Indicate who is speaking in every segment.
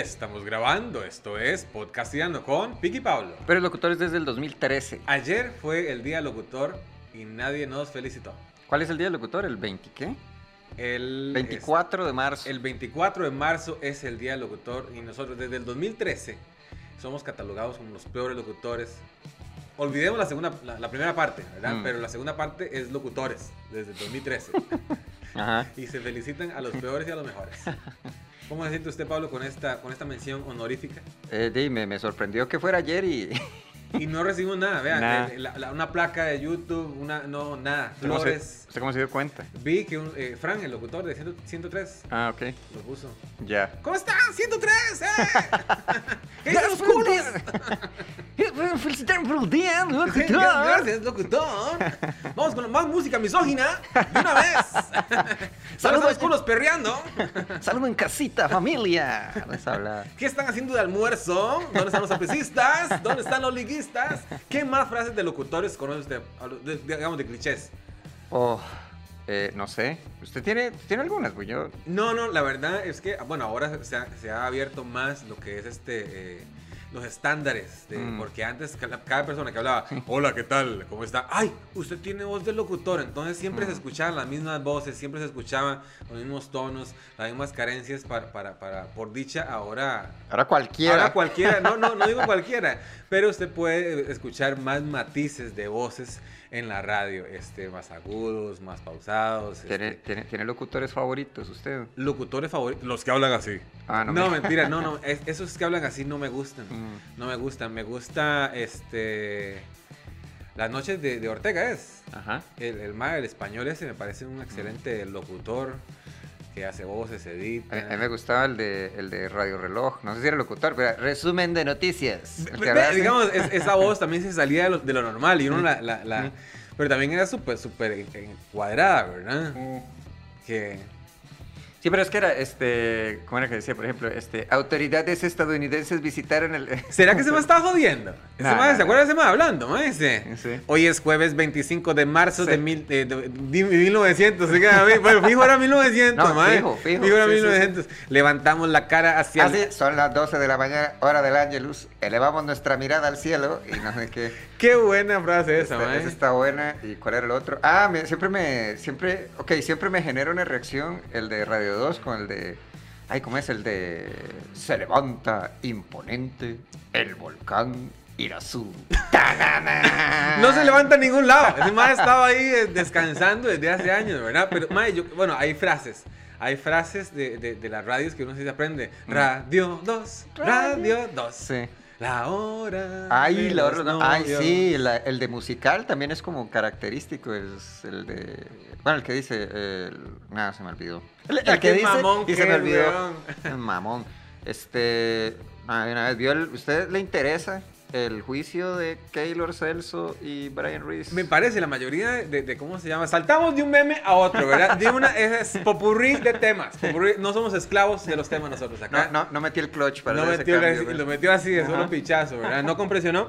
Speaker 1: estamos grabando. Esto es Podcastiano con Vicky Pablo.
Speaker 2: Pero el locutor es desde el 2013.
Speaker 1: Ayer fue el día locutor y nadie nos felicitó.
Speaker 2: ¿Cuál es el día del locutor? ¿El 20 qué?
Speaker 1: El
Speaker 2: 24 de marzo.
Speaker 1: El 24 de marzo es el día del locutor y nosotros desde el 2013 somos catalogados como los peores locutores. Olvidemos la segunda, la, la primera parte, ¿verdad?
Speaker 2: Mm.
Speaker 1: Pero la segunda parte es locutores desde el 2013
Speaker 2: Ajá.
Speaker 1: y se felicitan a los peores y a los mejores. ¿Cómo se siente usted, Pablo, con esta, con esta mención honorífica?
Speaker 2: Eh, dime, me sorprendió que fuera ayer y
Speaker 1: Y no recibimos nada, vean,
Speaker 2: Nada.
Speaker 1: eh, la- la- una placa de YouTube, una, no, nada,
Speaker 2: ¿Usted cómo se-
Speaker 1: flores.
Speaker 2: ¿Usted cómo se dio cuenta?
Speaker 1: Vi que un, eh, Fran, el locutor de 100 103,
Speaker 2: Ah, ok.
Speaker 1: lo puso.
Speaker 2: Ya.
Speaker 1: ¿Cómo está? 103, eh. ¿Qué dicen los culos?
Speaker 2: pues, Eh, Felicitarme por el día, ah,
Speaker 1: Sí, Gracias, locutor. Vamos con más música misógina de una vez. Saludos a los culos perreando.
Speaker 2: Saludo en casita, familia. No es hablar.
Speaker 1: ¿Qué están haciendo de almuerzo? ¿Dónde están los apecistas? ¿Dónde están los liguistas? ¿Qué más frases de locutores conoce usted? Hablo- de- Digamos de clichés.
Speaker 2: Oh, eh, no sé. ¿Usted tiene, tiene algunas? Pues yo.
Speaker 1: No, no, la verdad es que, bueno, ahora se ha, se ha abierto más lo que es este, eh, los estándares, de-
Speaker 2: Mm.
Speaker 1: porque antes cada, cada persona que hablaba, hola, ¿qué tal? ¿Cómo está? Ay, usted tiene voz de locutor, entonces siempre se
Speaker 2: Mm.
Speaker 1: escuchaban las mismas voces, siempre se escuchaban los mismos tonos, las mismas carencias para, para, para por dicha, ahora...
Speaker 2: Ahora cualquiera.
Speaker 1: Ahora cualquiera, no, no, no digo cualquiera, pero usted puede escuchar más matices de voces en la radio, este, más agudos, más pausados.
Speaker 2: ¿Tiene,
Speaker 1: este,
Speaker 2: tiene, tiene locutores favoritos usted?
Speaker 1: locutores favoritos. Los que hablan así.
Speaker 2: Ah,
Speaker 1: no,
Speaker 2: me-
Speaker 1: mentira, no, no. es- esos que hablan así no me gustan.
Speaker 2: Mm.
Speaker 1: No me gustan. Me gusta este. Las noches de, de Ortega es.
Speaker 2: Ajá.
Speaker 1: El, el ma, el español ese me parece un excelente locutor que hace voces, edita.
Speaker 2: A mí, a mí Mm. Eh, me gustaba el de, el de Radio Reloj. No sé si era locutor, pero era resumen de noticias. El
Speaker 1: Ve-
Speaker 2: que
Speaker 1: ve,
Speaker 2: hablaba así. Mm.
Speaker 1: digamos, es- esa voz también se salía de lo, de lo normal y uno la, la- la- Pero también era súper, súper en- encuadrada,
Speaker 2: Mm.
Speaker 1: ¿verdad? Que...
Speaker 2: Sí, pero es que era, este, ¿cómo era que decía? Por ejemplo, este, autoridades estadounidenses visitaron el...
Speaker 1: ¿Será que se me está jodiendo? Ese
Speaker 2: Nah,
Speaker 1: mae,
Speaker 2: nah,
Speaker 1: ¿Se
Speaker 2: nah.
Speaker 1: acuerda de ese mae hablando? mae? Ese.
Speaker 2: Sí.
Speaker 1: Hoy es jueves 25 de marzo
Speaker 2: Sí.
Speaker 1: de, mil, eh, de- de 1900. oiga, a ver, Bueno, fijo era 1900,
Speaker 2: No,
Speaker 1: mae.
Speaker 2: fijo, fijo,
Speaker 1: era
Speaker 2: sí, Ah, sí, sí.
Speaker 1: 1900. Levantamos la cara hacia el-
Speaker 2: Así son las 12 de la mañana, hora del ángelus, elevamos nuestra mirada al cielo y no sé qué.
Speaker 1: Qué buena frase esa,
Speaker 2: Esta,
Speaker 1: mae.
Speaker 2: esa Este, está buena. ¿Y cuál era el otro? Ah, me- siempre me, siempre, ok, siempre me genera una reacción el de Radio 2 con el de, ay, ¿cómo es? El de, se levanta imponente el volcán Irazú. ¡Tanana!
Speaker 1: No se levanta a ningún lado. Ese mae estaba ahí eh, descansando desde hace años, ¿verdad? Pero, mae, yo, bueno, hay frases. Hay frases de, de, de las radios que uno sí se aprende. Radio 2, Radio 2.
Speaker 2: Mm. Sí.
Speaker 1: La hora.
Speaker 2: Ay,
Speaker 1: de
Speaker 2: la
Speaker 1: los
Speaker 2: verdad, no. Ay,
Speaker 1: novios.
Speaker 2: sí, la- el de musical también es como característico, es el de... Bueno, el que dice... eh, el- nada, se me olvidó. El, el
Speaker 1: Ah,
Speaker 2: que
Speaker 1: qué
Speaker 2: dice...
Speaker 1: mamón
Speaker 2: y se
Speaker 1: que
Speaker 2: me
Speaker 1: es,
Speaker 2: olvidó.
Speaker 1: weón.
Speaker 2: El mamón. Este... ah, de una vez, ¿vio el- ¿Usted le interesa el juicio de Keylor Celso y Brian Reese?
Speaker 1: Me parece la mayoría de, de- cómo se llama. Saltamos de un meme a otro, ¿verdad? De una es, es popurrí de temas. Popurrí- no somos esclavos de los temas nosotros acá.
Speaker 2: no, no, no metí el clutch para
Speaker 1: No
Speaker 2: hacer ese
Speaker 1: metió,
Speaker 2: cambio,
Speaker 1: la-
Speaker 2: pero-
Speaker 1: lo metió así de solo
Speaker 2: Ajá.
Speaker 1: pichazo, ¿verdad? No compresionó.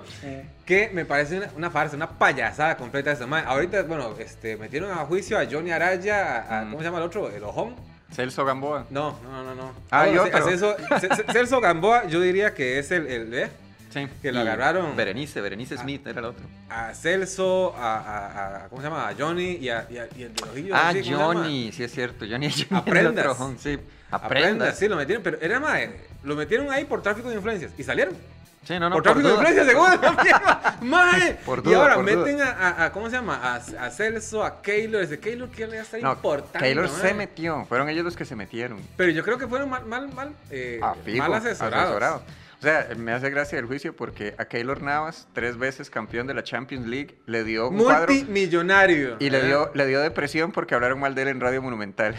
Speaker 1: Que me parece una, una farsa, una payasada completa esa madre. Ahorita, bueno, este, metieron a juicio a Johnny Araya, a, a-
Speaker 2: Mm.
Speaker 1: ¿cómo se llama el otro? ¿El Ojón?
Speaker 2: Celso Gamboa.
Speaker 1: No, no, no, no.
Speaker 2: Ah,
Speaker 1: No,
Speaker 2: y
Speaker 1: no,
Speaker 2: otro.
Speaker 1: Ce- Celso- Ce- Ce- Celso Gamboa, yo diría que es el, el ¿eh?
Speaker 2: Sí.
Speaker 1: Que lo
Speaker 2: Y
Speaker 1: agarraron.
Speaker 2: Berenice, Berenice
Speaker 1: Ah.
Speaker 2: Smith era el otro.
Speaker 1: a Celso, a, a- a- ¿cómo se llama? A Johnny y, a, y, a- y el de los ojillos,
Speaker 2: Ah,
Speaker 1: ¿sí? ¿Cómo se llama?
Speaker 2: Johnny, sí es cierto. Johnny, Johnny era el
Speaker 1: Aprendas.
Speaker 2: otro jón, sí.
Speaker 1: Aprenda,
Speaker 2: Aprendas.
Speaker 1: sí, lo metieron, pero era madre. Lo metieron ahí por tráfico de influencias y salieron.
Speaker 2: Sí, no, no,
Speaker 1: por tráfico de
Speaker 2: dudas.
Speaker 1: influencias, seguro. la mierda. Mae.
Speaker 2: Por
Speaker 1: y
Speaker 2: duda,
Speaker 1: ahora
Speaker 2: por
Speaker 1: meten a, a- a- ¿cómo se llama? A, a Celso, a Keylor. Ese Keylor, ¿qué le va a estar importando?
Speaker 2: Taylor
Speaker 1: mae?
Speaker 2: se metió, fueron ellos los que se metieron.
Speaker 1: Pero yo creo que fueron mal, mal, mal, eh,
Speaker 2: A Ah, fijo,
Speaker 1: mal asesorados.
Speaker 2: asesorados. O sea, me hace gracia el juicio porque a Keylor Navas, tres veces campeón de la Champions League, le dio un cuadro
Speaker 1: Multimillonario.
Speaker 2: y le
Speaker 1: ¿verdad?
Speaker 2: dio, le dio depresión porque hablaron mal de él en Radio Monumental.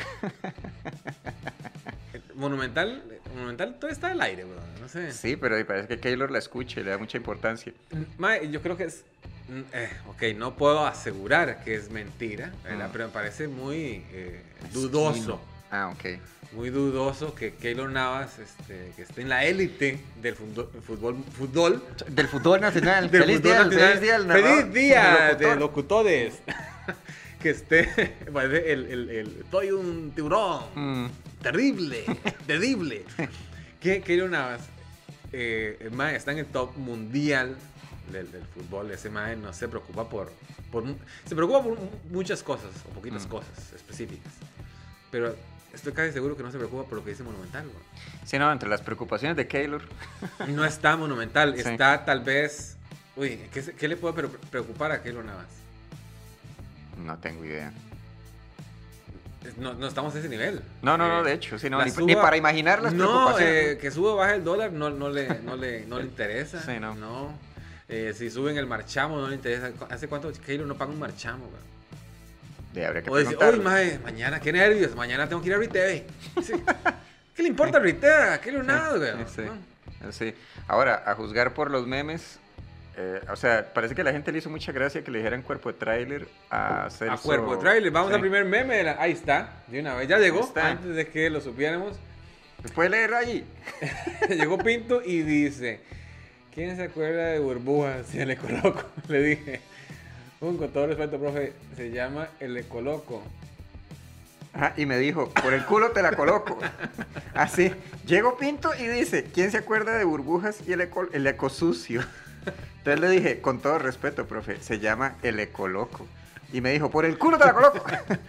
Speaker 1: Eh, Monumental, Monumental todo está al aire, bro. No sé.
Speaker 2: Sí, pero parece que Keylor la escucha y le da mucha importancia.
Speaker 1: Mae, yo creo que es. mm, eh, ok, no puedo asegurar que es mentira, ¿verdad?
Speaker 2: Mm.
Speaker 1: pero me parece muy eh, dudoso.
Speaker 2: Ah, ok.
Speaker 1: Muy dudoso que Keylor Navas, este, que esté en la élite del fundo- fútbol. fútbol
Speaker 2: Del fútbol nacional.
Speaker 1: del
Speaker 2: feliz,
Speaker 1: fútbol
Speaker 2: día,
Speaker 1: nacional.
Speaker 2: feliz día al
Speaker 1: Feliz
Speaker 2: narrador,
Speaker 1: día
Speaker 2: al
Speaker 1: de
Speaker 2: locutor.
Speaker 1: locutores. que esté. Parece el, el, el- Soy un tiburón.
Speaker 2: Mm,
Speaker 1: Terrible. terrible. Que Keylor Navas, eh, el mae está en el top mundial del, del fútbol. Ese mae no se preocupa por, por mu- Se preocupa por mu- muchas cosas, o poquitas
Speaker 2: Mm.
Speaker 1: cosas específicas. Pero estoy casi seguro que no se preocupa por lo que dice Monumental, güey.
Speaker 2: Sí, no, entre las preocupaciones de Keylor.
Speaker 1: No está monumental,
Speaker 2: Sí.
Speaker 1: está tal vez. Uy, ¿qué, se- qué le puede pre- preocupar a Keylor Navas?
Speaker 2: No tengo idea.
Speaker 1: Es- No, no estamos a ese nivel.
Speaker 2: No, no,
Speaker 1: Eh,
Speaker 2: no, de hecho, sí, no,
Speaker 1: la
Speaker 2: ni,
Speaker 1: suba-
Speaker 2: ni para imaginar las
Speaker 1: No,
Speaker 2: preocupaciones.
Speaker 1: eh, que sube o baje el dólar no, no, le, no, le, no le interesa.
Speaker 2: Sí, no.
Speaker 1: Eh, si suben el marchamo no le interesa. ¿Hace cuánto Keylor no paga un marchamo? güey?
Speaker 2: De, habría que
Speaker 1: O dice,
Speaker 2: preguntarle.
Speaker 1: uy, mae, mañana, qué nervios, mañana tengo que ir a Riteve. Sí. ¿Qué le importa a Riteve? ¿A Keylor
Speaker 2: Sí,
Speaker 1: Navas, güey?
Speaker 2: sí, sí.
Speaker 1: No.
Speaker 2: Sí. Ahora, a juzgar por los memes, eh, o sea, parece que a la gente le hizo mucha gracia que le dijeran cuerpo de tráiler a Celso.
Speaker 1: A cuerpo de trailer. Vamos
Speaker 2: Sí.
Speaker 1: al primer meme. de la- Ahí está. De una vez. Ya llegó.
Speaker 2: está.
Speaker 1: Antes de que lo supiéramos.
Speaker 2: ¿Puedes leer allí?
Speaker 1: llegó Pinto y dice: ¿Quién se acuerda de Burbuja? Se le coloco. Le dije: "Un, Con todo respeto, profe. Se llama el le coloco.
Speaker 2: Ajá, y me dijo, por el culo te la coloco. Así, llego Pinto y dice, ¿quién se acuerda de burbujas y el, eco, el ecosucio? Entonces le dije, con todo respeto, profe, se llama el ecoloco. Y me dijo, por el culo te la coloco.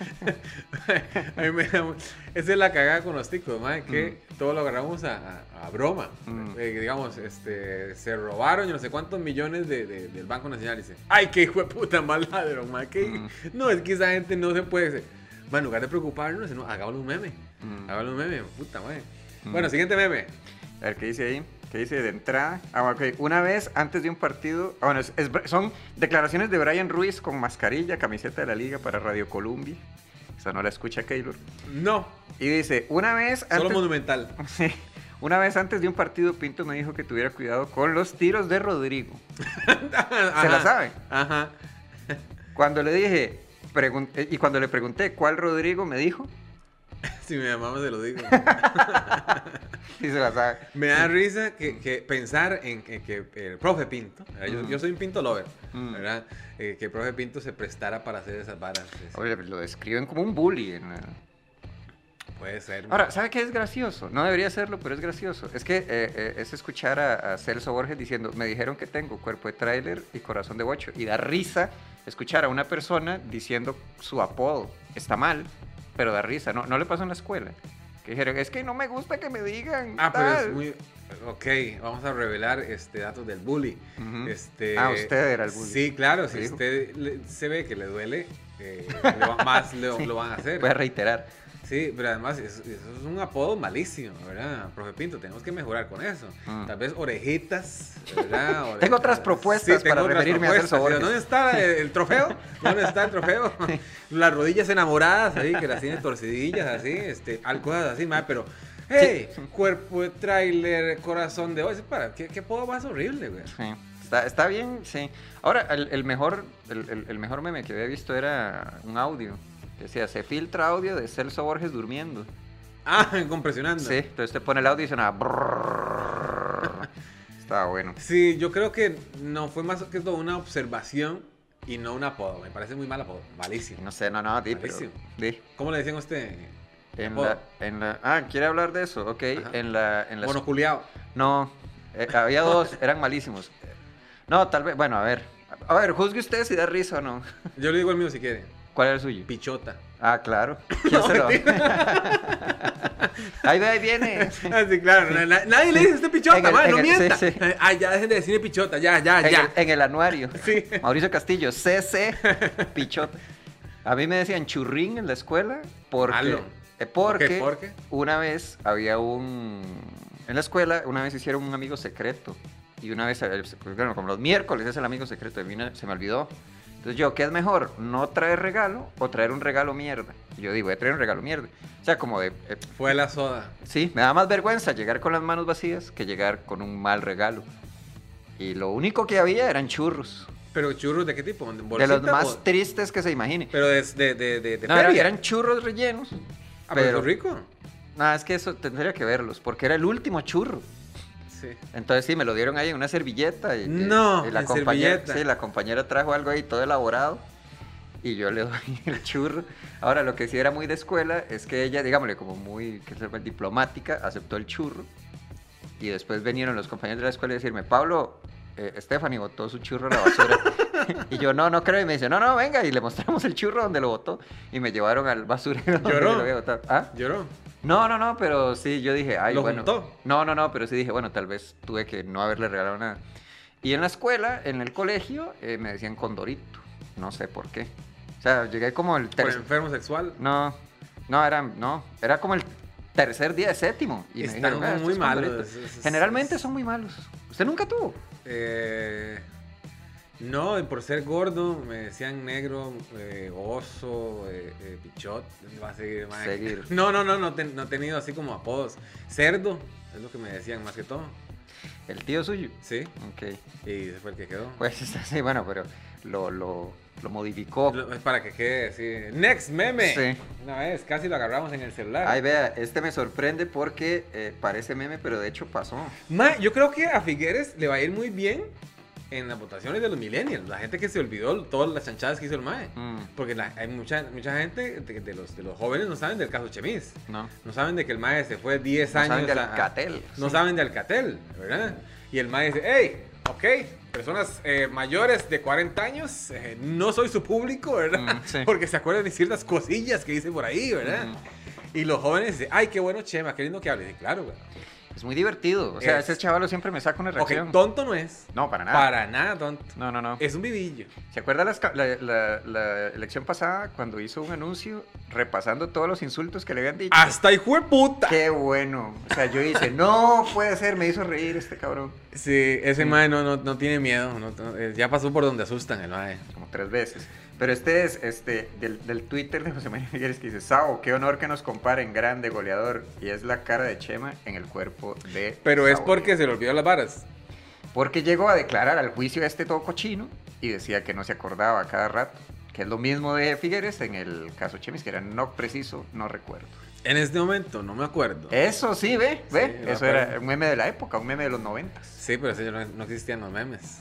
Speaker 1: A mí me da mu- Esa es la cagada con los ticos, man, que todo lo agarramos a, a- a broma.
Speaker 2: Mm.
Speaker 1: Eh, digamos, este, se robaron yo no sé cuántos millones de- de- del Banco Nacional. Dice, ay, qué hijo de puta mal ladrón, man, que-
Speaker 2: Mm.
Speaker 1: No, es que esa gente no se puede... se- Man, en lugar de preocuparnos, no, hagámosle un meme.
Speaker 2: Mm.
Speaker 1: Hagámosle un meme, puta madre.
Speaker 2: Mm.
Speaker 1: Bueno, siguiente meme.
Speaker 2: A ver, ¿qué dice ahí? ¿Qué dice de entrada? Ah, ok. Una vez antes de un partido. ah, bueno, es- es- son declaraciones de Brian Ruiz con mascarilla, camiseta de la liga para Radio Columbia. Esa no la escucha Keylor.
Speaker 1: No,
Speaker 2: Y dice: Una vez
Speaker 1: solo
Speaker 2: antes.
Speaker 1: monumental.
Speaker 2: Sí. Una vez antes de un partido, Pinto me dijo que tuviera cuidado con los tiros de Rodrigo.
Speaker 1: Ajá,
Speaker 2: la sabe?
Speaker 1: Ajá.
Speaker 2: Cuando le dije. pregun- eh, Y cuando le pregunté cuál Rodrigo, me dijo.
Speaker 1: Si mi mamá me se lo digo.
Speaker 2: Y se la sabe.
Speaker 1: Me da risa que, que pensar en que, que el profe Pinto, ¿verdad? yo,
Speaker 2: Mm.
Speaker 1: yo soy un Pinto lover,
Speaker 2: Mm.
Speaker 1: ¿verdad? Eh, que el profe Pinto se prestara para hacer esas varas. pues, es-
Speaker 2: Oye, lo describen como un bully. en la-
Speaker 1: puede ser.
Speaker 2: Ahora, ¿sabe qué es gracioso? No debería serlo, pero es gracioso. Es que eh, eh, es escuchar a, a Celso Borges diciendo, me dijeron que tengo cuerpo de tráiler y corazón de bocho. Y da risa escuchar a una persona diciendo su apodo. Está mal, pero da risa. No, no le pasó en la escuela. Que dijeron, es que no me gusta que me digan.
Speaker 1: ah, pero
Speaker 2: tal".
Speaker 1: es muy... Ok, vamos a revelar este, datos del bully.
Speaker 2: Ujú.
Speaker 1: Este,
Speaker 2: Ah, usted era el bully.
Speaker 1: Sí, claro, si
Speaker 2: Sí.
Speaker 1: usted le- se ve que le duele, eh, le va- más le- lo van a hacer.
Speaker 2: Voy a reiterar.
Speaker 1: Sí, pero además es- eso es un apodo malísimo, ¿verdad? Profe Pinto, tenemos que mejorar con eso.
Speaker 2: Mm.
Speaker 1: Tal vez orejitas, ¿verdad? Ore-
Speaker 2: Tengo otras propuestas para referirme a Celso Borges.
Speaker 1: ¿Dónde está el, el trofeo? ¿Dónde está el trofeo? Las rodillas enamoradas ahí, que las tiene torcidillas así, este, alcohadas así, más, pero... ¡Hey! Cuerpo de tráiler, corazón de... Oye, para, ¿qué, qué apodo más horrible, güey?
Speaker 2: Sí. Está, está bien, sí. Ahora, el, el mejor, el, el- el mejor meme que había visto era un audio. que Decía, se filtra audio de Celso Borges durmiendo.
Speaker 1: Ah, compresionando.
Speaker 2: Sí, entonces te pone el audio y suena. brrrr. Estaba bueno.
Speaker 1: Sí, yo creo que no fue más que todo una observación y no un apodo. Me parece muy mal apodo,
Speaker 2: Y
Speaker 1: malísimo.
Speaker 2: No sé, no, no, di, pero.
Speaker 1: Malísimo.
Speaker 2: Di.
Speaker 1: ¿Cómo le decían a usted?
Speaker 2: En
Speaker 1: Apodo.
Speaker 2: la, en la- ah, ¿quiere hablar de eso? Ok,
Speaker 1: Ajá.
Speaker 2: en la. En la
Speaker 1: Monoculeado.
Speaker 2: no, eh, había dos, eran malísimos. No, tal vez, bueno, a ver. A ver, juzgue usted si da risa o no.
Speaker 1: Yo le digo el mío si quiere.
Speaker 2: ¿Cuál era el suyo?
Speaker 1: Pichota.
Speaker 2: Ah, claro. ¿Quién se lo- ahí ve, ahí viene.
Speaker 1: Ah, sí, claro. na- na- nadie le dice usted
Speaker 2: En
Speaker 1: pichota,
Speaker 2: el-
Speaker 1: madre,
Speaker 2: en
Speaker 1: no
Speaker 2: el-
Speaker 1: mienta.
Speaker 2: sí, sí.
Speaker 1: Ah, ya dejen de decirle pichota, ya, ya,
Speaker 2: en,
Speaker 1: ya.
Speaker 2: El, en el anuario.
Speaker 1: Sí.
Speaker 2: Mauricio Castillo, CC Pichota. A mí me decían churrín en la escuela porque,
Speaker 1: Aló.
Speaker 2: eh,
Speaker 1: Ok,
Speaker 2: porque,
Speaker 1: ¿por qué?
Speaker 2: una vez había un... En la escuela una vez hicieron un amigo secreto. Y una vez, eh, bueno, como los miércoles es el amigo secreto, a mí no- se me olvidó. Entonces yo, ¿qué es mejor? ¿No traer regalo o traer un regalo mierda? Y yo digo, voy a traer un regalo mierda. O sea, como de... eh,
Speaker 1: Fue la soda.
Speaker 2: Sí, me da más vergüenza llegar con las manos vacías que llegar con un mal regalo. Y lo único que había eran churros.
Speaker 1: Pero churros de qué tipo?
Speaker 2: De los más
Speaker 1: o-
Speaker 2: tristes que se imagine.
Speaker 1: Pero de, de, de, de, de
Speaker 2: No, era-
Speaker 1: feria.
Speaker 2: eran churros rellenos.
Speaker 1: Ah, pero
Speaker 2: pero
Speaker 1: qué rico.
Speaker 2: nada, es que eso tendría que verlos, porque era el último churro.
Speaker 1: Sí.
Speaker 2: Entonces sí, me lo dieron ahí en una servilleta. Y, y-
Speaker 1: No,
Speaker 2: y la
Speaker 1: en
Speaker 2: compañera,
Speaker 1: servilleta.
Speaker 2: Sí, la compañera trajo algo ahí todo elaborado. Y yo le doy el churro. Ahora, lo que sí era muy de escuela es que ella, digámosle, como muy que se llama, diplomática, aceptó el churro. Y después vinieron los compañeros de la escuela a decirme, Pablo, eh, Stephanie botó su churro a la basura. y yo, no, no creo. Y me dice, no, no, venga. Y le mostramos el churro donde lo botó. Y me llevaron al basurero donde
Speaker 1: Lloró.
Speaker 2: lo había botado. ¿Ah?
Speaker 1: Lloró.
Speaker 2: No, no, no, pero sí, yo dije, ay,
Speaker 1: ¿Lo
Speaker 2: bueno.
Speaker 1: juntó?
Speaker 2: No, no, no, pero sí dije, bueno, tal vez tuve que no haberle regalado nada. Y en la escuela, en el colegio, eh, me decían Condorito. No sé por qué. O sea, llegué como el
Speaker 1: Por
Speaker 2: tercer.
Speaker 1: enfermo sexual.
Speaker 2: No, no, era, no, era como el tercer día de séptimo. Y me
Speaker 1: Están
Speaker 2: dijeron, "Ah, esto
Speaker 1: muy
Speaker 2: es
Speaker 1: malos,
Speaker 2: Condorito".
Speaker 1: es- es-
Speaker 2: Generalmente
Speaker 1: es-
Speaker 2: son muy malos. Usted nunca tuvo.
Speaker 1: Eh, no, y por ser gordo me decían negro, eh, oso, eh, eh, pichot. Va a seguir, mae.
Speaker 2: Seguir.
Speaker 1: No, no, no, no, te- no he tenido así como apodos. Cerdo, es lo que me decían más que todo.
Speaker 2: El tío suyo.
Speaker 1: Sí,
Speaker 2: Ok.
Speaker 1: y ese fue el que quedó.
Speaker 2: Pues sí, bueno, pero lo, lo, lo modificó.
Speaker 1: Lo- es para que quede así. Next meme.
Speaker 2: Sí.
Speaker 1: Una vez, casi lo agarramos en el celular.
Speaker 2: Ay, vea, este me sorprende porque eh, parece meme, pero de hecho pasó.
Speaker 1: Ma, yo creo que a Figueres le va a ir muy bien en las votaciones de los millennials. La gente que se olvidó todas las chanchadas que hizo el Mae.
Speaker 2: Mm,
Speaker 1: Porque la- hay mucha, mucha gente de, de los, de los jóvenes no saben del caso Chemis.
Speaker 2: no.
Speaker 1: No saben de que el Mae se fue 10
Speaker 2: No
Speaker 1: años.
Speaker 2: saben de
Speaker 1: a-
Speaker 2: Alcatel.
Speaker 1: No
Speaker 2: Sí.
Speaker 1: saben de Alcatel, ¿verdad? Y el Mae dice, hey, ok, personas eh, mayores de 40 años, eh, no soy su público, ¿verdad?
Speaker 2: Mm, sí.
Speaker 1: Porque se acuerdan de ciertas cosillas que dice por ahí, ¿verdad?
Speaker 2: Mm.
Speaker 1: Y los jóvenes dicen, ay, qué bueno Chema, qué lindo que hable. Y claro, güey.
Speaker 2: Es muy divertido. O sea,
Speaker 1: Es-
Speaker 2: ese chavalo siempre me saca una reacción.
Speaker 1: Ok, tonto no es.
Speaker 2: no, para nada.
Speaker 1: Para Eh, nada tonto.
Speaker 2: No, no, no.
Speaker 1: Es un vivillo.
Speaker 2: ¿Se acuerda las ca- la, la- la elección pasada cuando hizo un anuncio repasando todos los insultos que le habían dicho?
Speaker 1: Hasta hijo de puta.
Speaker 2: ¡Qué bueno! O sea, yo hice, no puede ser, me hizo reír este cabrón.
Speaker 1: Sí, ese mae no, no, no tiene miedo. no- no, eh, ya pasó por donde asustan el mae.
Speaker 2: como tres veces. Pero este es este, del, del Twitter de José María Figueres que dice, Sao, qué honor que nos comparen, grande goleador. Y es la cara de Chema en el cuerpo de...
Speaker 1: Pero es
Speaker 2: Saborío.
Speaker 1: porque se le olvidó las varas.
Speaker 2: Porque llegó a declarar al juicio a este todo cochino y decía que no se acordaba a cada rato. Que es lo mismo de Figueres en el caso Chemis, que era no preciso, no recuerdo.
Speaker 1: En este momento no me acuerdo.
Speaker 2: Eso sí, ve, ve.
Speaker 1: me
Speaker 2: Eso
Speaker 1: acuerdo.
Speaker 2: era un meme de la época, un meme de los noventas.
Speaker 1: Sí, pero ese no, no existían los memes.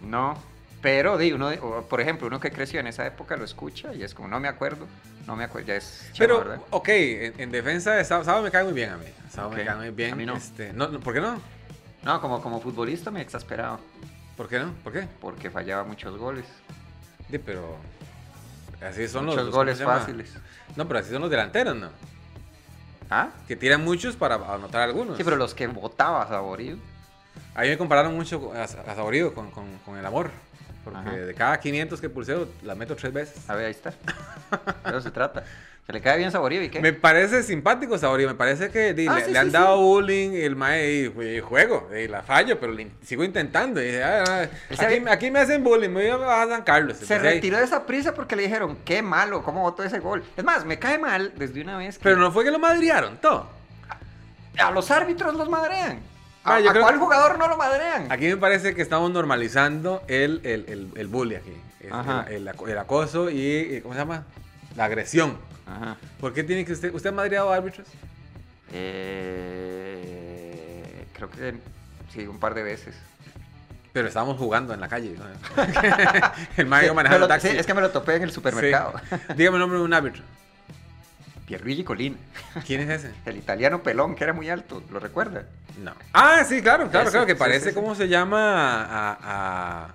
Speaker 2: No. Pero, di, uno, o, por ejemplo, uno que creció en esa época lo escucha y es como, no me acuerdo, no me acuerdo, ya es... Chema,
Speaker 1: pero,
Speaker 2: ¿verdad?
Speaker 1: ok, en, en defensa de Sabo, Sabo me cae muy bien a mí. Sabo
Speaker 2: Ok.
Speaker 1: me cae muy bien.
Speaker 2: A mí no.
Speaker 1: Este, no, no, ¿Por qué no?
Speaker 2: No, como, como futbolista me exasperaba
Speaker 1: ¿Por qué no? ¿Por qué?
Speaker 2: porque fallaba muchos goles.
Speaker 1: Sí, pero. Así son los.
Speaker 2: muchos
Speaker 1: los- ¿cómo
Speaker 2: goles
Speaker 1: se llama?
Speaker 2: fáciles.
Speaker 1: No, pero así son los delanteros, ¿no?
Speaker 2: ¿Ah?
Speaker 1: Que tiran muchos para anotar algunos.
Speaker 2: Sí, pero los que votaba Saborío.
Speaker 1: A mí me compararon mucho a, a Saborío con, con- con el amor. Porque
Speaker 2: Ajá.
Speaker 1: de cada 500 que pulseo, la meto tres veces.
Speaker 2: A ver, ahí está. De eso se trata. Que le cae bien Saborío y qué.
Speaker 1: Me parece simpático Saborío. Me parece que di,
Speaker 2: Ah,
Speaker 1: le,
Speaker 2: sí,
Speaker 1: le han
Speaker 2: sí,
Speaker 1: dado
Speaker 2: sí.
Speaker 1: bullying. El mae, y, y juego, y la fallo, pero le in- sigo intentando. y, ah, ah,
Speaker 2: Él se
Speaker 1: aquí,
Speaker 2: había-
Speaker 1: aquí me hacen bullying, me voy a San Carlos. pues,
Speaker 2: Se
Speaker 1: Entonces, ahí-
Speaker 2: retiró de esa prisa porque le dijeron, qué malo, cómo votó ese gol. Es más, me cae mal desde una vez que
Speaker 1: Pero no fue que lo madrearon todo.
Speaker 2: a los árbitros los madrean. ¿A,
Speaker 1: Ah, yo
Speaker 2: a
Speaker 1: creo-
Speaker 2: cuál jugador no lo madrean?
Speaker 1: Aquí me parece que estamos normalizando el, el, el, el bullying aquí. Es
Speaker 2: Ajá.
Speaker 1: El, el aco- el acoso y, eh, ¿cómo se llama? La agresión.
Speaker 2: Ajá.
Speaker 1: ¿Por qué tiene que usted... ¿Usted ha madreado árbitros?
Speaker 2: Eh, creo que sí, un par de veces.
Speaker 1: Pero estábamos jugando en la calle. ¿no? el mago
Speaker 2: Sí, me
Speaker 1: manejando
Speaker 2: lo-
Speaker 1: taxi.
Speaker 2: sí, es que me lo topé en el supermercado.
Speaker 1: Sí. Dígame el nombre de un árbitro.
Speaker 2: Pierluigi Colina.
Speaker 1: ¿Quién es ese?
Speaker 2: El italiano pelón, que era muy alto, ¿lo recuerda?
Speaker 1: No. Ah, sí, claro, claro,
Speaker 2: Ese,
Speaker 1: claro. Que
Speaker 2: sí,
Speaker 1: parece,
Speaker 2: sí, sí.
Speaker 1: ¿cómo se llama? A, a-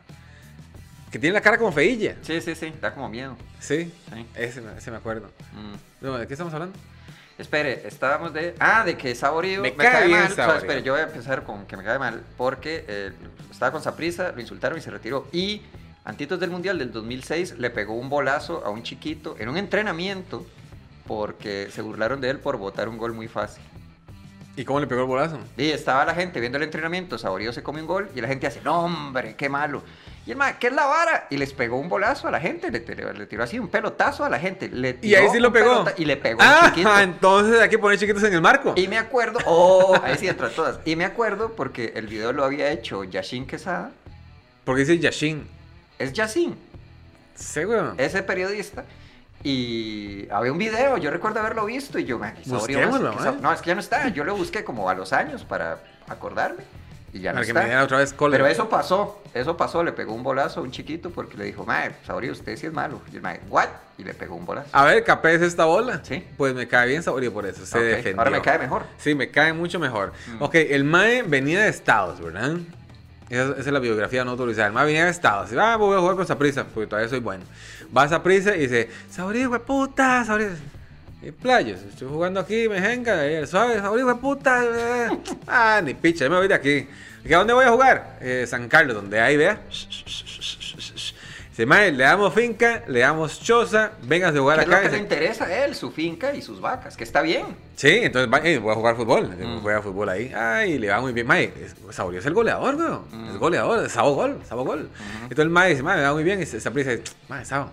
Speaker 1: Que tiene la cara como feilla.
Speaker 2: Sí, sí, sí. Da como miedo.
Speaker 1: Sí.
Speaker 2: Sí.
Speaker 1: Ese, me- ese me acuerdo.
Speaker 2: Mm.
Speaker 1: No, ¿De qué estamos hablando?
Speaker 2: Espere, estábamos de... Ah, de que Saborío
Speaker 1: Me cae bien
Speaker 2: mal. O sea,
Speaker 1: Saborío.
Speaker 2: espere, yo voy a empezar con que me cae mal porque eh, estaba con Saprisa, lo insultaron y se retiró. Y antitos del Mundial del 2006 le pegó un bolazo a un chiquito en un entrenamiento porque se burlaron de él por botar un gol muy fácil.
Speaker 1: ¿Y cómo le pegó el bolazo?
Speaker 2: Y estaba la gente viendo el entrenamiento, Saborío se come un gol y la gente hace, no hombre, qué malo. Y el man, ¿qué es la vara? Y les pegó un bolazo a la gente, le, le- le tiró así un pelotazo a la gente. le
Speaker 1: Y ahí
Speaker 2: tiró
Speaker 1: sí lo
Speaker 2: un
Speaker 1: pegó.
Speaker 2: pelota- Y le pegó a un
Speaker 1: Ah,
Speaker 2: chiquito.
Speaker 1: entonces hay que poner chiquitos en el marco.
Speaker 2: Y me acuerdo, oh, ahí sí entra todas. Y me acuerdo porque el video lo había hecho Yashin Quesada.
Speaker 1: Porque dice Yashin.
Speaker 2: Es Yashin,
Speaker 1: Sí, weón.
Speaker 2: ese periodista. Y había un video, yo recuerdo haberlo visto y yo, man, Saborío,
Speaker 1: Busquémoslo,
Speaker 2: que Sa-
Speaker 1: ¿eh?
Speaker 2: no, es que ya no está. Yo lo busqué como a los años para acordarme. y ya no
Speaker 1: Para que
Speaker 2: está.
Speaker 1: me diera otra vez cólera.
Speaker 2: Pero eso pasó, eso pasó, le pegó un bolazo a un chiquito porque le dijo, mae, Saurio, usted sí es malo. Y el mae, what? Y le pegó un bolazo.
Speaker 1: A ver, capé es esta bola.
Speaker 2: Sí.
Speaker 1: Pues me cae bien Saborío por eso. Se
Speaker 2: Ok,
Speaker 1: defendió.
Speaker 2: Ahora me cae mejor.
Speaker 1: Sí, me cae mucho mejor.
Speaker 2: Mm.
Speaker 1: Ok, el Mae venía de Estados, ¿verdad? Esa, esa es la biografía no autorizada. El Mae venía de Estados. Dice, ah, voy a jugar con Saprisa, porque todavía soy bueno. Va a Saprisa y dice, Saborío, hueputa, Saborío. Y playos, estoy jugando aquí, me jenga, y el suave, Saborío, hueputa. eh. Ah, ni picha, yo me voy de aquí. ¿Y ¿A dónde voy a jugar? Eh, San Carlos, donde hay, vea. Dice, Mae, le damos finca, le damos choza, vengas a jugar
Speaker 2: ¿Qué es lo
Speaker 1: acá.
Speaker 2: que
Speaker 1: Dice,
Speaker 2: le interesa a él? Su finca y sus vacas, que está bien.
Speaker 1: Sí, entonces va- eh, voy a jugar fútbol.
Speaker 2: Mm.
Speaker 1: Voy a fútbol ahí. Ay, le va muy bien. Mae, es- Saurio es el goleador, weón. Es goleador, Sabo gol, Sabo gol. Entonces el Mae dice, Mae, me va muy bien. Y se se aprisa y dice, Mae, Sabo,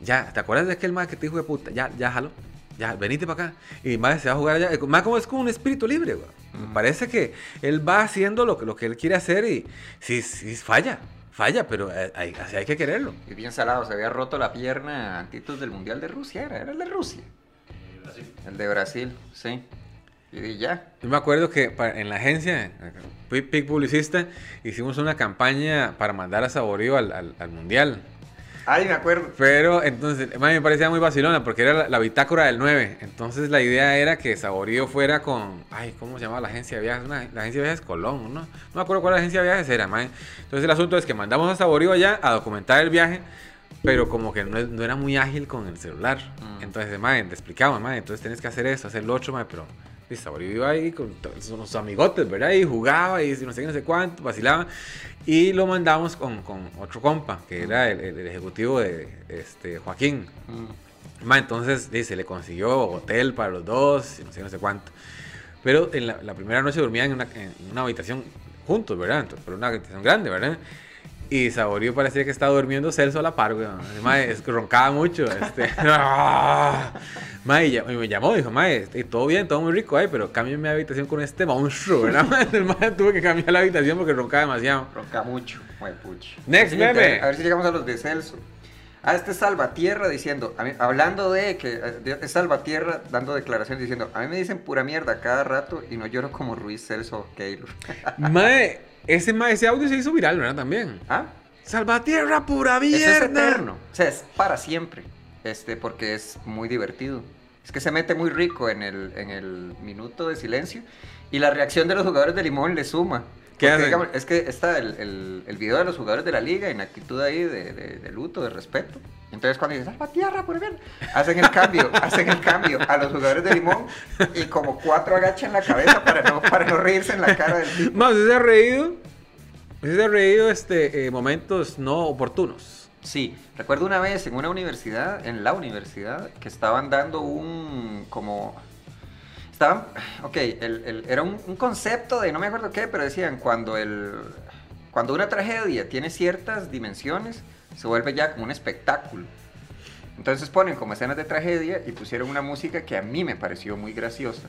Speaker 1: ya, ¿te acuerdas de aquel Mae que te dijo de puta? Ya, ya, jalo. Ya, venite para acá. Y Mae se va a jugar allá. El Mae como es como un espíritu libre, weón. Me Parece que él va haciendo lo que, lo que él quiere hacer y sí, sí, falla. Falla, pero eh, hay, así hay que quererlo.
Speaker 2: Y bien salado, se había roto la pierna antitos del Mundial de Rusia, era, era el de Rusia. El de Brasil, sí. Y ya.
Speaker 1: Yo me acuerdo que para- en la agencia, Pic Pic Publicista, hicimos una campaña para mandar a Saborío al, al- al Mundial.
Speaker 2: Ay, me acuerdo.
Speaker 1: Pero entonces, a me parecía muy vacilona porque era la, la bitácora del 9. Entonces la idea era que Saborío fuera con, ay, ¿cómo se llamaba la agencia de viajes? Una- la agencia de viajes Colón, ¿no? No me acuerdo cuál agencia de viajes era, mae. Entonces el asunto es que mandamos a Saborío allá a documentar el viaje, pero como que no, es- no era muy ágil con el celular.
Speaker 2: Mm.
Speaker 1: Entonces, mae, te explicamos, mae, entonces tenés que hacer esto, hacer lo otro, mae, pero... y Saborío iba ahí con to- sus amigotes, ¿verdad? Y jugaba y no sé qué, no sé cuánto, vacilaba. Y lo mandamos con, con otro compa, que era el, el- el ejecutivo de este, Joaquín. Ma, entonces dice, le consiguió hotel para los dos, y no sé, no sé cuánto. Pero en la, la primera noche dormían en una, en una habitación juntos, ¿verdad? Entonces, pero una habitación grande, ¿verdad? Y Saborío parecía que estaba durmiendo Celso a la par, güey. Ma, es que roncaba mucho. Este. Ma, y, ya- y me llamó, dijo, ma, este, todo bien, todo muy rico, ay, pero cámbienme de habitación con este monstruo, ¿verdad? ma?" El ma tuvo que cambiar la habitación porque roncaba demasiado.
Speaker 2: Ronca mucho, huepuch.
Speaker 1: Next
Speaker 2: Siguiente,
Speaker 1: meme.
Speaker 2: A ver si llegamos a los de Celso. Ah, este es Salvatierra diciendo, a mí- hablando de que eh, de- es Salvatierra dando declaraciones diciendo, a mí me dicen pura mierda cada rato y no lloro como Ruiz Celso Keylor.
Speaker 1: Mae, ese, mae, ese audio se hizo viral, ¿verdad? También.
Speaker 2: ¿Ah?
Speaker 1: Salvatierra pura
Speaker 2: Eso
Speaker 1: mierda.
Speaker 2: es eterno. O sea, es para siempre. Este, porque es muy divertido. Es que se mete muy rico en el, en el minuto de silencio. Y la reacción de los jugadores de Limón le suma.
Speaker 1: ¿Qué
Speaker 2: Porque,
Speaker 1: hacen?
Speaker 2: digamos, es que está el, el- el video de los jugadores de la liga en actitud ahí de, de- de luto, de respeto. Entonces cuando dicen, ¡Salva tierra, por bien! Hacen el cambio, hacen el cambio a los jugadores de Limón y como cuatro agachan la cabeza para no, para no reírse en la cara del tipo.
Speaker 1: Mae, usted se ha reído. Usted se ha reído este, eh, momentos no oportunos.
Speaker 2: Sí, recuerdo una vez en una universidad, en la universidad, que estaban dando un como... Estaban, ok, el- el- era un, un concepto de no me acuerdo qué, pero decían cuando el cuando una tragedia tiene ciertas dimensiones, se vuelve ya como un espectáculo. Entonces ponen como escenas de tragedia y pusieron una música que a mí me pareció muy graciosa.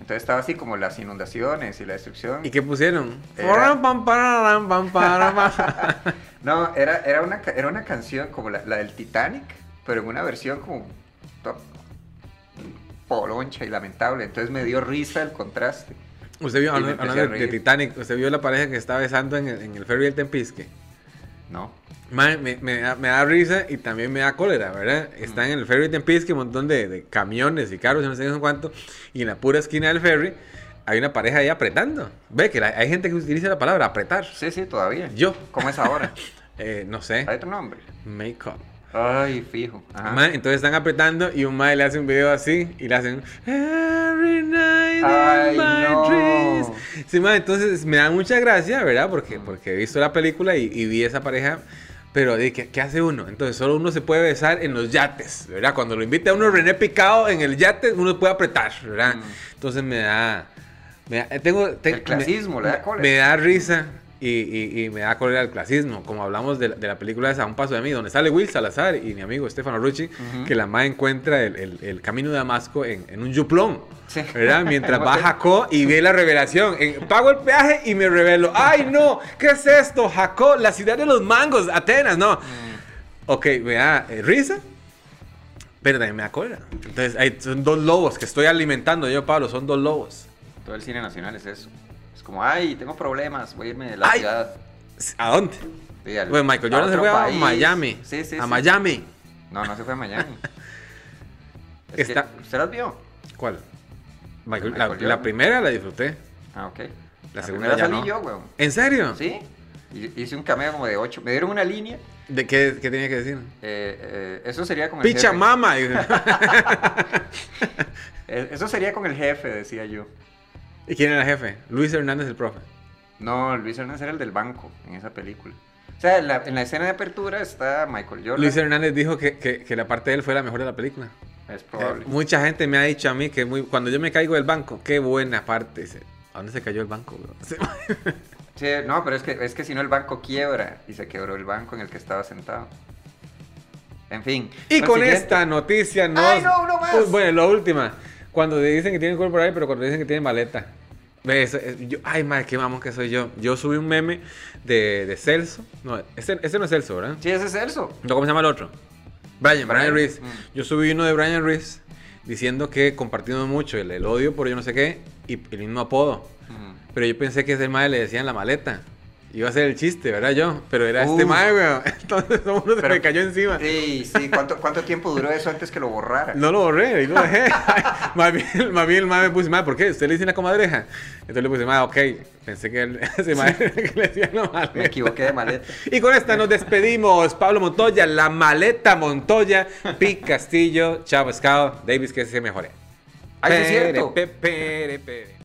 Speaker 2: Entonces estaba así como las inundaciones y la destrucción.
Speaker 1: ¿Y qué pusieron?
Speaker 2: Era-
Speaker 1: Porram, pam, pararam, pam, pararam.
Speaker 2: No, era, era, una, ca- era una canción como la, la del Titanic, pero en una versión como to- poloncha y lamentable. Entonces me dio risa el contraste.
Speaker 1: usted vio,
Speaker 2: Y
Speaker 1: hablando,
Speaker 2: me empecé
Speaker 1: hablando
Speaker 2: a
Speaker 1: de,
Speaker 2: reír.
Speaker 1: Titanic, usted vio la pareja que estaba besando en el, en el ferry del Tempisque.
Speaker 2: No.
Speaker 1: Mae, me, me da, me da risa y también me da cólera, ¿verdad? Están en el ferry de Tempisque, un montón de, de camiones y carros, y no sé qué, cuánto, y en la pura esquina del ferry hay una pareja ahí apretando. Ve que la- hay gente que utiliza la palabra apretar.
Speaker 2: Sí, sí, todavía.
Speaker 1: Yo.
Speaker 2: ¿Cómo es ahora?
Speaker 1: Eh, no sé,
Speaker 2: Hay otro nombre.
Speaker 1: make up.
Speaker 2: Ay, fijo. Ajá.
Speaker 1: Mae, entonces están apretando y un mae le hace un video así y le hacen Every night in
Speaker 2: Ay,
Speaker 1: my
Speaker 2: no.
Speaker 1: dreams. Sí, mae, entonces me da mucha gracia, ¿verdad? Porque, porque he visto la película y, y vi esa pareja. Pero, di, ¿qué, qué hace uno? Entonces, solo uno se puede besar en los yates, ¿verdad? Cuando lo invita a uno René Picado en el yate, uno puede apretar, ¿verdad?
Speaker 2: Mm.
Speaker 1: Entonces me da. Me da- eh, tengo, te-
Speaker 2: El clasismo,
Speaker 1: me-
Speaker 2: le da cólera.
Speaker 1: Me da risa y, y- y me da cólera el clasismo. Como hablamos de, la- de la película de A un paso de mí, donde sale Will Salazar y mi amigo Stefano Rucci,
Speaker 2: Ujú.
Speaker 1: que la ma encuentra el, el- el camino de Damasco en, en un yuplón.
Speaker 2: Sí.
Speaker 1: ¿Verdad? Mientras
Speaker 2: En
Speaker 1: va a
Speaker 2: hotel.
Speaker 1: Jacó y ve la revelación. En- pago el peaje y me revelo. ¡Ay, no! ¿Qué es esto? Jacó, la ciudad de los mangos, Atenas, no.
Speaker 2: Mm.
Speaker 1: Ok, me da eh, risa, pero también me da cólera. Entonces, hay, son dos lobos que estoy alimentando yo, Pablo, son dos lobos.
Speaker 2: Todo el cine nacional es eso. Es como, ay, tengo problemas, voy a irme de la
Speaker 1: Ay.
Speaker 2: ciudad.
Speaker 1: ¿A dónde?
Speaker 2: Sí, al-
Speaker 1: Pues Michael Jordan se
Speaker 2: otro
Speaker 1: fue a
Speaker 2: país.
Speaker 1: Miami.
Speaker 2: Sí, sí,
Speaker 1: a
Speaker 2: sí.
Speaker 1: Miami.
Speaker 2: No, no se fue a Miami. Es
Speaker 1: Está-
Speaker 2: que, ¿Usted las vio?
Speaker 1: ¿Cuál? Michael-
Speaker 2: Michael
Speaker 1: la,
Speaker 2: Jordan.
Speaker 1: la primera la disfruté.
Speaker 2: Ah, ok.
Speaker 1: La
Speaker 2: La,
Speaker 1: segunda
Speaker 2: primera
Speaker 1: ya
Speaker 2: salí
Speaker 1: no.
Speaker 2: yo, weón.
Speaker 1: ¿En serio?
Speaker 2: ¿Sí? Y- Hice un cameo como de 8. Me dieron una línea.
Speaker 1: ¿De qué, qué tenía que decir?
Speaker 2: eh, eh, eso sería con el
Speaker 1: Picha
Speaker 2: jefe.
Speaker 1: mama. Y-
Speaker 2: Eh, Eso sería con el jefe, decía yo.
Speaker 1: ¿Y quién era el jefe? Luis Hernández, el profe.
Speaker 2: No, Luis Hernández era el del banco en esa película. O sea, en la, en la escena de apertura está Michael Jordan.
Speaker 1: Luis Hernández dijo que, que- que la parte de él fue la mejor de la película.
Speaker 2: Es
Speaker 1: Eh,
Speaker 2: probable.
Speaker 1: mucha gente me ha dicho a mí que muy, cuando yo me caigo del banco, qué buena parte. Dice, ¿a dónde se cayó el banco? bro?"
Speaker 2: Sí, no, pero es que, es que si no el banco quiebra y se quebró el banco en el que estaba sentado. En fin.
Speaker 1: Y
Speaker 2: Bueno,
Speaker 1: con
Speaker 2: siguiente.
Speaker 1: esta noticia nos...
Speaker 2: ¡Ay, no, uno más!
Speaker 1: Uy, bueno, la última. Cuando te dicen que tienen cuerpo ahí, pero cuando te dicen que tienen maleta. Ve, eso- es- yo- ay, madre, qué mamón que soy yo. Yo subí un meme de, de Celso. No, ese, ese no es Celso, ¿verdad?
Speaker 2: Sí, ese es Celso.
Speaker 1: No, ¿Cómo se llama el otro? Brian, Brian,
Speaker 2: Brian,
Speaker 1: Reese.
Speaker 2: mm.
Speaker 1: Yo subí uno de Brian Reese diciendo que compartiendo mucho el, el odio por yo no sé qué y el mismo apodo.
Speaker 2: Mm.
Speaker 1: Pero yo pensé que ese madre le decían la maleta. Iba a ser el chiste, ¿verdad? Yo, pero era este
Speaker 2: Uh.
Speaker 1: madre, weón. Entonces todo el mundo se
Speaker 2: Pero-
Speaker 1: me cayó encima.
Speaker 2: Sí, sí. ¿Cuánto, ¿Cuánto tiempo duró eso antes que lo borrara?
Speaker 1: No lo borré, ahí lo dejé. más, bien, más bien el madre me puse, madre, ¿por qué? ¿Usted le dice la comadreja? Entonces le puse, madre, ok. Pensé que él, ese madre que le decían la maleta.
Speaker 2: Me equivoqué de maleta.
Speaker 1: Y con esta nos despedimos. Pablo Montoya, la maleta Montoya, Pic Castillo, Chavo Scout, Davis, que se mejore.
Speaker 2: Ay, sí es cierto.
Speaker 1: Pere, pe, pere, pere.